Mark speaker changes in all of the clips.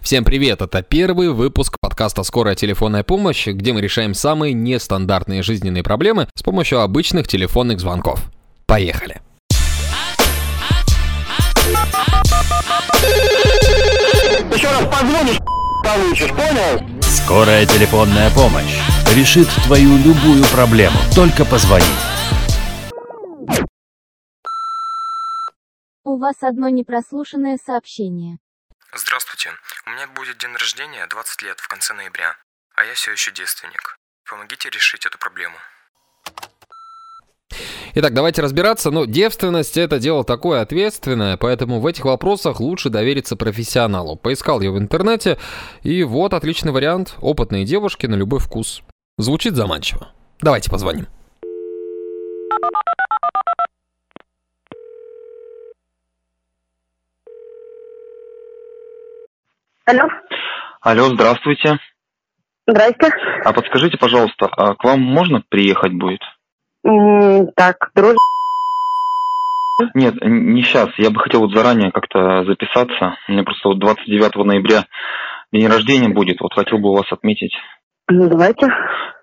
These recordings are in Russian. Speaker 1: Всем привет, это первый выпуск подкаста «Скорая телефонная помощь», где мы решаем самые нестандартные жизненные проблемы с помощью обычных телефонных звонков. Поехали!
Speaker 2: Еще раз позвонишь, получишь, понял?
Speaker 3: Скорая телефонная помощь решит твою любую проблему. Только позвони.
Speaker 4: У вас одно непрослушанное сообщение.
Speaker 5: Здравствуйте. У меня будет день рождения 20 лет в конце ноября, а я все еще девственник. Помогите решить эту проблему.
Speaker 1: Итак, давайте разбираться. Ну, девственность это дело такое ответственное, поэтому в этих вопросах лучше довериться профессионалу. Поискал я в интернете, и вот отличный вариант. Опытные девушки на любой вкус. Звучит заманчиво. Давайте позвоним.
Speaker 6: Алло,
Speaker 7: Алло, здравствуйте.
Speaker 6: здрасте.
Speaker 7: А подскажите, пожалуйста, а к вам можно приехать будет?
Speaker 6: М, Так, дружба.
Speaker 7: Нет, н- не сейчас. Я бы хотел вот заранее как-то записаться. У меня просто вот 29 ноября день рождения будет. Вот хотел бы у вас отметить.
Speaker 6: Ну, давайте.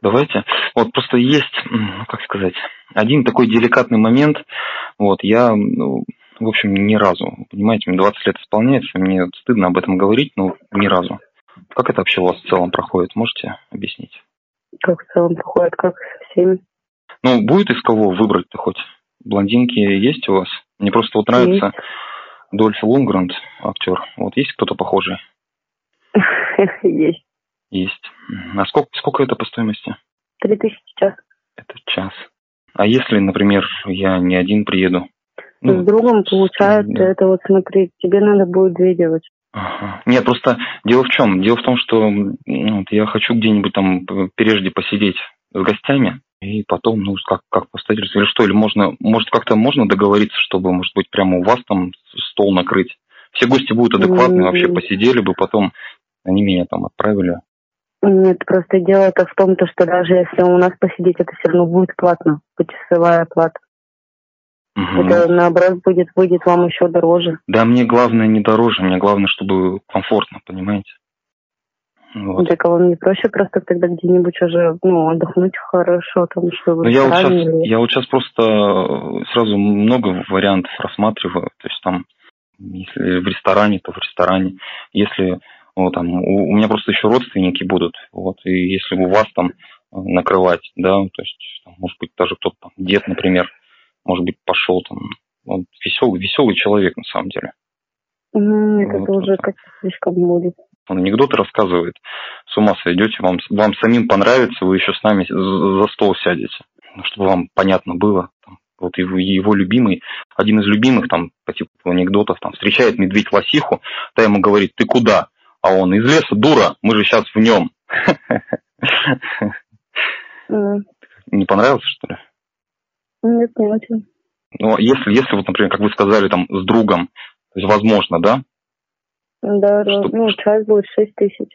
Speaker 7: Давайте. Вот просто есть, м, ну, как сказать, один такой деликатный момент. Вот, я, ну, в общем, ни разу, понимаете, мне 20 лет исполняется, мне вот стыдно об этом говорить, но ни разу. Как это вообще у вас в целом проходит? Можете объяснить?
Speaker 6: Как в целом походит, как со всеми.
Speaker 7: Ну, будет из кого выбрать-то хоть? Блондинки есть у вас? Мне просто вот нравится Дольф Лунгранд, актер. Вот есть кто-то похожий?
Speaker 6: Есть.
Speaker 7: Есть. М, А сколько, сколько это по стоимости?
Speaker 6: Три тысячи сейчас.
Speaker 7: Это час. А если, например, я не один приеду? Ну,
Speaker 6: С другом получается
Speaker 7: да.
Speaker 6: это вот, смотри, тебе надо будет две девочки.
Speaker 7: Ага. Нет, просто дело в чем? Дело в том, что м, ну, вот я хочу где-нибудь там п- прежде посидеть с гостями, и потом, ну, как, как поставить, или что, или можно, может, как-то можно договориться, чтобы, может быть, прямо у вас там с- стол накрыть. Все гости будут адекватны,
Speaker 6: Мгм.
Speaker 7: вообще посидели бы потом, они меня там отправили.
Speaker 6: Нет, просто дело-то в том, то, что даже если у нас посидеть, это все равно будет платно. Почасовая плата.
Speaker 7: Мгм.
Speaker 6: Это наоборот будет, выйдет вам еще дороже.
Speaker 7: Да мне главное не дороже, мне главное, чтобы комфортно, понимаете? Вот.
Speaker 6: Так а вам не проще просто тогда где-нибудь уже, ну, отдохнуть хорошо, там, что
Speaker 7: Ну,
Speaker 6: вы
Speaker 7: я вот сейчас,
Speaker 6: или...
Speaker 7: я вот сейчас просто э, сразу много вариантов рассматриваю. То есть там, если в ресторане, то в ресторане. Если ну, там, у, у меня просто еще родственники будут, вот, и если у вас там э, накрывать, да, то есть, там, может быть, даже кто-то там, дед, например, может быть, пошел там, ну, он веселый, веселый человек на самом деле.
Speaker 6: М, Нет,
Speaker 7: Вот,
Speaker 6: это
Speaker 7: вот
Speaker 6: уже
Speaker 7: так.
Speaker 6: Ну, как слишком будет.
Speaker 7: Он анекдоты рассказывает, с ума сойдете, вам, с- вам самим понравится, вы еще с нами с- за стол сядете, Ну, чтобы вам понятно было. Там, Вот его, его любимый, один из любимых там по типу анекдотов, там встречает медведь лосиху, та ему говорит, ты куда? А он, из леса, дура, мы же сейчас в нем.
Speaker 6: М,
Speaker 7: Не понравился, что ли?
Speaker 6: Нет, не очень.
Speaker 7: Ну, а если, если вот, например, как вы сказали, там, с другом, то есть, возможно, да?
Speaker 6: Да, да.
Speaker 7: Чтоб-
Speaker 6: ну, час будет шесть тысяч.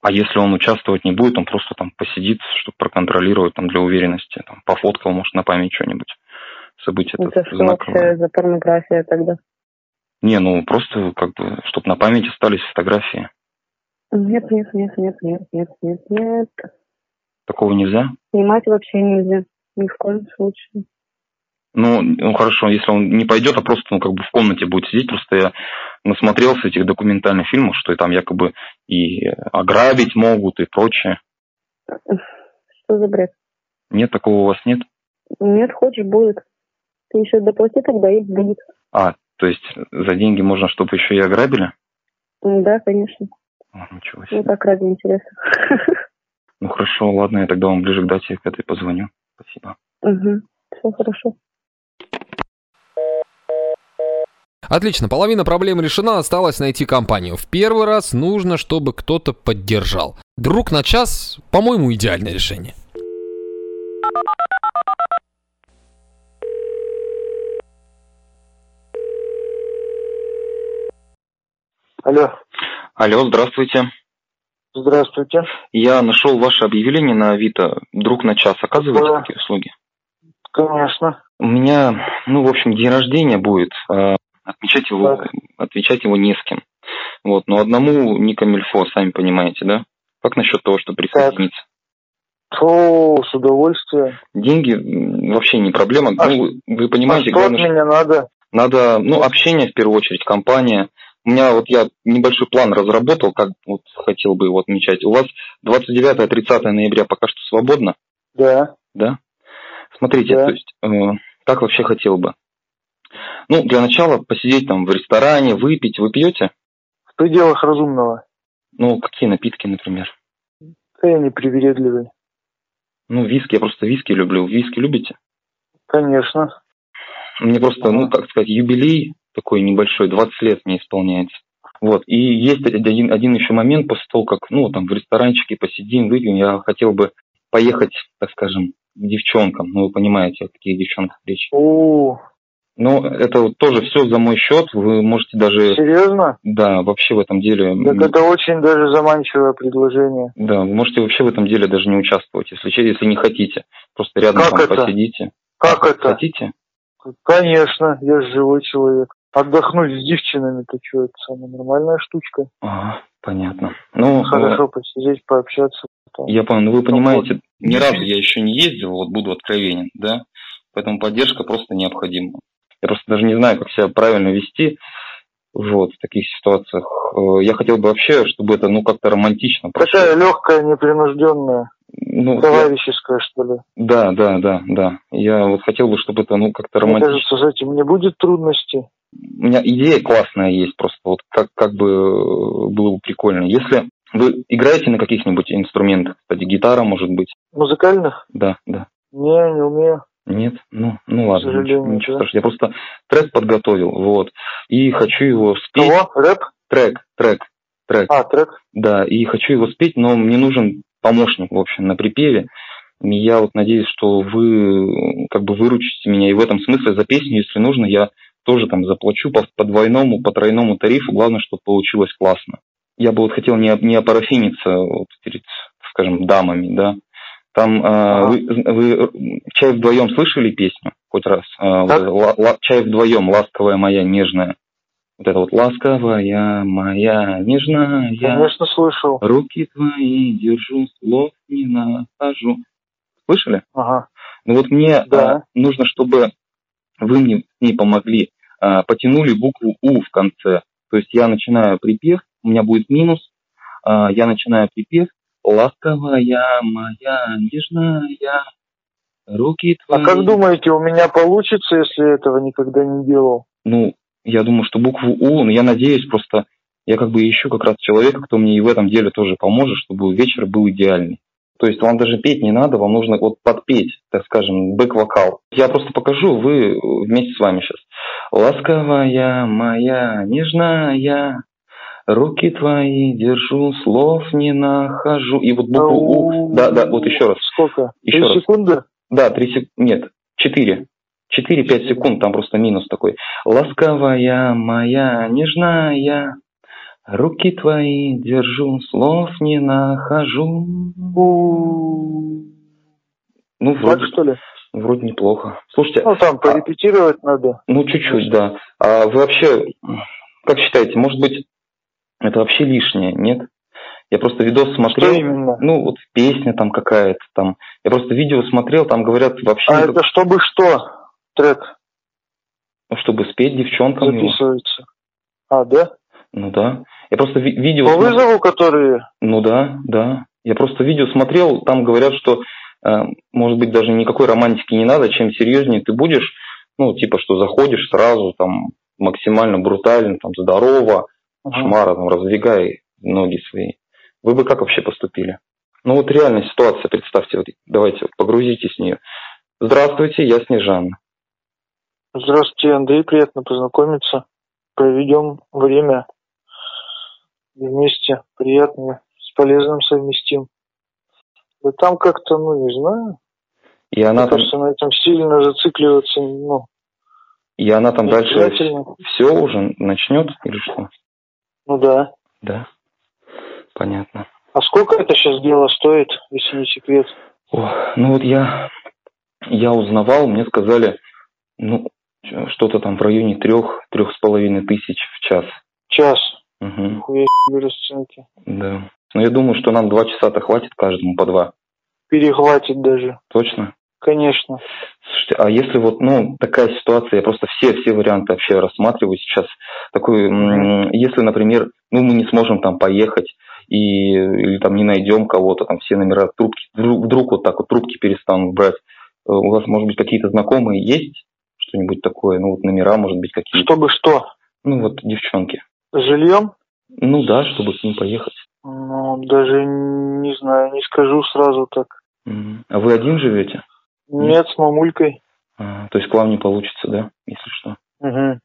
Speaker 7: А если он участвовать не будет, он просто там посидит, чтобы проконтролировать там для уверенности, там, пофоткал, может, на память что-нибудь. Событие
Speaker 6: Это
Speaker 7: это
Speaker 6: что
Speaker 7: знаковое.
Speaker 6: вообще за порнография тогда?
Speaker 7: Не, ну просто как бы, чтобы на память остались фотографии.
Speaker 6: Нет, нет, нет, нет, нет, нет, нет, нет.
Speaker 7: Такого нельзя?
Speaker 6: Снимать вообще нельзя. Ни в коем случае.
Speaker 7: Ну, ну хорошо, если он не пойдет, а просто ну, как бы в комнате будет сидеть. Просто я насмотрелся этих документальных фильмов, что и там якобы и ограбить могут и прочее.
Speaker 6: Что за бред?
Speaker 7: Нет, такого у вас нет?
Speaker 6: Нет, хочешь, будет. Ты еще доплати, тогда и будет.
Speaker 7: А, то есть за деньги можно, чтобы еще и ограбили?
Speaker 6: М, Да, конечно.
Speaker 7: О, ничего себе.
Speaker 6: Ну, так ради интереса.
Speaker 7: Ну хорошо, ладно, я тогда вам ближе к дате к этой позвоню. Спасибо.
Speaker 6: Угу. Все хорошо.
Speaker 1: Отлично, половина проблем решена, осталось найти компанию. В первый раз нужно, чтобы кто-то поддержал. Друг на час, по-моему, идеальное решение.
Speaker 2: Алло,
Speaker 7: Алло, здравствуйте.
Speaker 2: здравствуйте.
Speaker 7: Я нашел ваше объявление на Авито. Друг на час оказываете
Speaker 2: Да.
Speaker 7: такие услуги?
Speaker 2: Конечно.
Speaker 7: У меня, ну, в общем, день рождения будет. а Отмечать его,
Speaker 2: Так.
Speaker 7: отвечать его не с кем. Вот, но одному не камильфо, сами понимаете, да? Как насчет того, что присоединиться?
Speaker 2: Фу, с удовольствием.
Speaker 7: Деньги м, вообще не проблема.
Speaker 2: А
Speaker 7: ну, вы
Speaker 2: А
Speaker 7: понимаете,
Speaker 2: что от
Speaker 7: главное, что
Speaker 2: меня надо?
Speaker 7: надо, ну, общение в первую очередь, компания. У меня вот я небольшой план разработал, как вот хотел бы его отмечать. У вас 29-30 ноября пока что свободно,
Speaker 2: Да.
Speaker 7: да? Смотрите,
Speaker 2: Да.
Speaker 7: то есть, э, как вообще хотел бы? Ну, для начала посидеть там в ресторане, выпить. Вы пьете?
Speaker 2: В пределах разумного.
Speaker 7: Ну, какие напитки, например?
Speaker 2: Да я не привередливый.
Speaker 7: Ну, виски, я просто виски люблю. Виски любите?
Speaker 2: Конечно.
Speaker 7: Мне просто, ну, как сказать, юбилей такой небольшой, 20 лет мне исполняется. Вот, и есть один, один еще момент после того, как, ну, там, в ресторанчике посидим, выпьем, я хотел бы поехать, так скажем, к девчонкам, ну, вы понимаете, о каких девчонках речь.
Speaker 2: О,
Speaker 7: Но это вот тоже все за мой счет, вы можете даже,
Speaker 2: серьезно?
Speaker 7: да, вообще в этом деле, Э, м,
Speaker 2: Так это очень даже заманчивое предложение.
Speaker 7: да, вы можете вообще в этом деле даже не участвовать, если, че- если не хотите, просто рядом
Speaker 2: Как
Speaker 7: там
Speaker 2: это?
Speaker 7: посидите.
Speaker 2: Как это?
Speaker 7: Хотите?
Speaker 2: Конечно, я же живой человек. Отдохнуть с девчинами, то что, это самая нормальная штучка.
Speaker 7: Ага, понятно. Ну, э,
Speaker 2: Хорошо посидеть, пообщаться. потом.
Speaker 7: Я понял, ну вы понимаете, ни разу я еще не ездил, вот буду откровенен, да, поэтому поддержка просто необходима. Я просто даже не знаю, как себя правильно вести вот в таких ситуациях. Э, Я хотел бы вообще, чтобы это ну как-то романтично прошло.
Speaker 2: Такая легкая, непринужденная,
Speaker 7: Ну, я-
Speaker 2: товарищеская, что ли.
Speaker 7: да, да, да, да. Я вот хотел бы, чтобы это ну как-то
Speaker 2: Мне
Speaker 7: романтично.
Speaker 2: кажется, с этим не будет трудностей.
Speaker 7: у меня идея классная есть просто, вот как, как бы э, было бы прикольно. Если вы играете на каких-нибудь инструментах, кстати, гитара может быть,
Speaker 2: Музыкальных?
Speaker 7: да, да.
Speaker 2: Не, не умею.
Speaker 7: Нет, ну, ну ладно,
Speaker 2: сожалению,
Speaker 7: ничего, ничего
Speaker 2: да.
Speaker 7: страшного. Я просто трек подготовил, вот, и хочу его спеть.
Speaker 2: Кого? Рэп?
Speaker 7: Трек, трек, трек,
Speaker 2: А, трек.
Speaker 7: да, и хочу его спеть, но мне нужен помощник, в общем, на припеве. И Я вот надеюсь, что вы э, как бы выручите меня и в этом смысле за песню, если нужно, я тоже там заплачу по, по двойному, по тройному тарифу, главное, чтобы получилось классно. Я бы вот хотел не, оп- не опарафиниться вот перед, скажем, дамами, да. Там э,
Speaker 2: Ага.
Speaker 7: вы, вы, э, чай вдвоем слышали песню хоть раз? Э, вот
Speaker 2: Так.
Speaker 7: это ла- ла- чай вдвоем, ласковая моя нежная. Вот это вот ласковая моя нежная.
Speaker 2: Конечно, слышал.
Speaker 7: Руки твои держу, слов не нахожу. Слышали?
Speaker 2: Ага.
Speaker 7: Ну вот мне
Speaker 2: Да.
Speaker 7: а, нужно, чтобы вы мне с ней помогли. а, потянули букву У в конце. То есть я начинаю припев, у меня будет минус. а, я начинаю припев. Ласковая моя нежная, руки твои.
Speaker 2: А как думаете, у меня получится, если я этого никогда не делал?
Speaker 7: Ну, я думаю, что букву У, но я надеюсь просто, я как бы ищу как раз человека, кто мне и в этом деле тоже поможет, чтобы вечер был идеальный. То есть вам даже петь не надо, вам нужно вот подпеть, так скажем, бэк-вокал. Я просто покажу, вы э, вместе с вами сейчас. Ласковая моя, нежная, руки твои держу, слов не нахожу. И вот букву Ну, У, да, да, вот еще раз.
Speaker 2: Сколько?
Speaker 7: Еще
Speaker 2: Три
Speaker 7: раз.
Speaker 2: секунды?
Speaker 7: Да, три сек... Нет, четыре. Четыре-пять секунд, там просто минус такой. Ласковая моя, нежная, руки твои держу, слов не нахожу. Ну,
Speaker 2: Так,
Speaker 7: вроде, А-
Speaker 2: что ли?
Speaker 7: вроде неплохо. Слушайте,
Speaker 2: Ну, там порепетировать надо.
Speaker 7: ну, чуть-чуть, да. А вы вообще, как считаете, может быть, это вообще лишнее, нет? Я просто видос смотрел.
Speaker 2: именно?
Speaker 7: Ну, вот песня там какая-то там. Я просто видео смотрел, там говорят вообще,
Speaker 2: А это чтобы что? Трек
Speaker 7: ну, чтобы спеть девчонкам его.
Speaker 2: записывается. А, да?
Speaker 7: Ну да. Я просто ви- видео...
Speaker 2: По
Speaker 7: смотр-
Speaker 2: вызову, которые...
Speaker 7: Ну да, да. Я просто видео смотрел, там говорят, что, э, может быть, даже никакой романтики не надо, чем серьезнее ты будешь, ну, типа, что заходишь сразу, там, максимально брутально, там, здорово, шмара, там, раздвигай ноги свои. Вы бы как вообще поступили? Ну вот реальная ситуация, представьте, вот, давайте вот погрузитесь в нее. Здравствуйте, я Снежана.
Speaker 2: Здравствуйте, Андрей, приятно познакомиться. Проведем время вместе, приятно, с полезным совместим. Да там как-то, ну, не знаю,
Speaker 7: И она
Speaker 2: мне
Speaker 7: там,
Speaker 2: кажется, на этом сильно зацикливаться, ну,
Speaker 7: и она там
Speaker 2: не
Speaker 7: дальше
Speaker 2: обязательно.
Speaker 7: все уже начнет или что?
Speaker 2: Ну да.
Speaker 7: Да. Понятно.
Speaker 2: А сколько это сейчас дело стоит, если не секрет?
Speaker 7: Ох, ну вот я, я узнавал, мне сказали, ну, ч- что-то там в районе трех, трех с половиной тысяч в час.
Speaker 2: Час.
Speaker 7: Мгм.
Speaker 2: Хуя себе расценки.
Speaker 7: Да. Но я думаю, что нам два часа-то хватит каждому по два.
Speaker 2: Перехватит даже.
Speaker 7: Точно?
Speaker 2: Конечно.
Speaker 7: Слушайте, а если вот, ну, такая ситуация, я просто все, все варианты вообще рассматриваю сейчас. Такой, м, если, например, ну, мы не сможем там поехать, и, или там не найдем кого-то, там все номера трубки, вдруг, вдруг вот так вот трубки перестанут брать. Э, У вас, может быть, какие-то знакомые есть? Что-нибудь такое? Ну, вот номера, может быть, какие-то?
Speaker 2: Чтобы что?
Speaker 7: Ну, вот девчонки.
Speaker 2: С жильем?
Speaker 7: Ну, да, чтобы с ним поехать.
Speaker 2: Ну, даже не знаю, не скажу сразу так.
Speaker 7: Мгм. А вы один живете?
Speaker 2: Нет, с мамулькой.
Speaker 7: А, то есть к вам не получится, да, если что?
Speaker 2: Угу.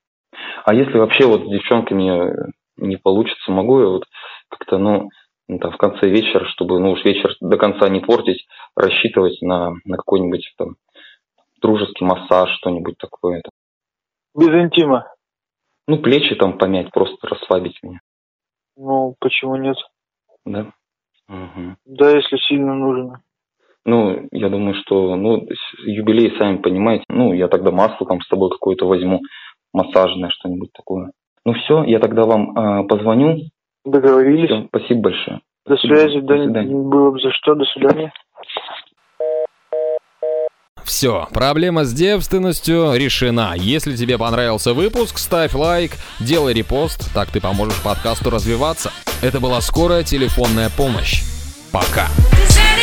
Speaker 7: А если вообще вот с девчонками э, не получится, могу я вот как-то, ну, ну, там, в конце вечера, чтобы, ну, уж вечер до конца не портить, рассчитывать на, на какой-нибудь там дружеский массаж, что-нибудь такое. там.
Speaker 2: Без интима.
Speaker 7: Ну, плечи там помять, просто расслабить меня,
Speaker 2: Ну, почему нет?
Speaker 7: да? Мгм.
Speaker 2: Да, если сильно нужно.
Speaker 7: Ну, я думаю, что, ну, с- юбилей, сами понимаете, ну, я тогда масло там с собой какое-то возьму, массажное, что-нибудь такое. Ну, все, я тогда вам а, позвоню.
Speaker 2: Договорились.
Speaker 7: Всё, спасибо большое.
Speaker 2: До
Speaker 7: Спасибо.
Speaker 2: связи.
Speaker 7: До
Speaker 2: Да,
Speaker 7: свидания.
Speaker 2: было бы за что. До свидания.
Speaker 1: Все, проблема с девственностью решена. Если тебе понравился выпуск, ставь лайк, делай репост, так ты поможешь подкасту развиваться. Это была скорая телефонная помощь. Пока.
Speaker 8: Cause it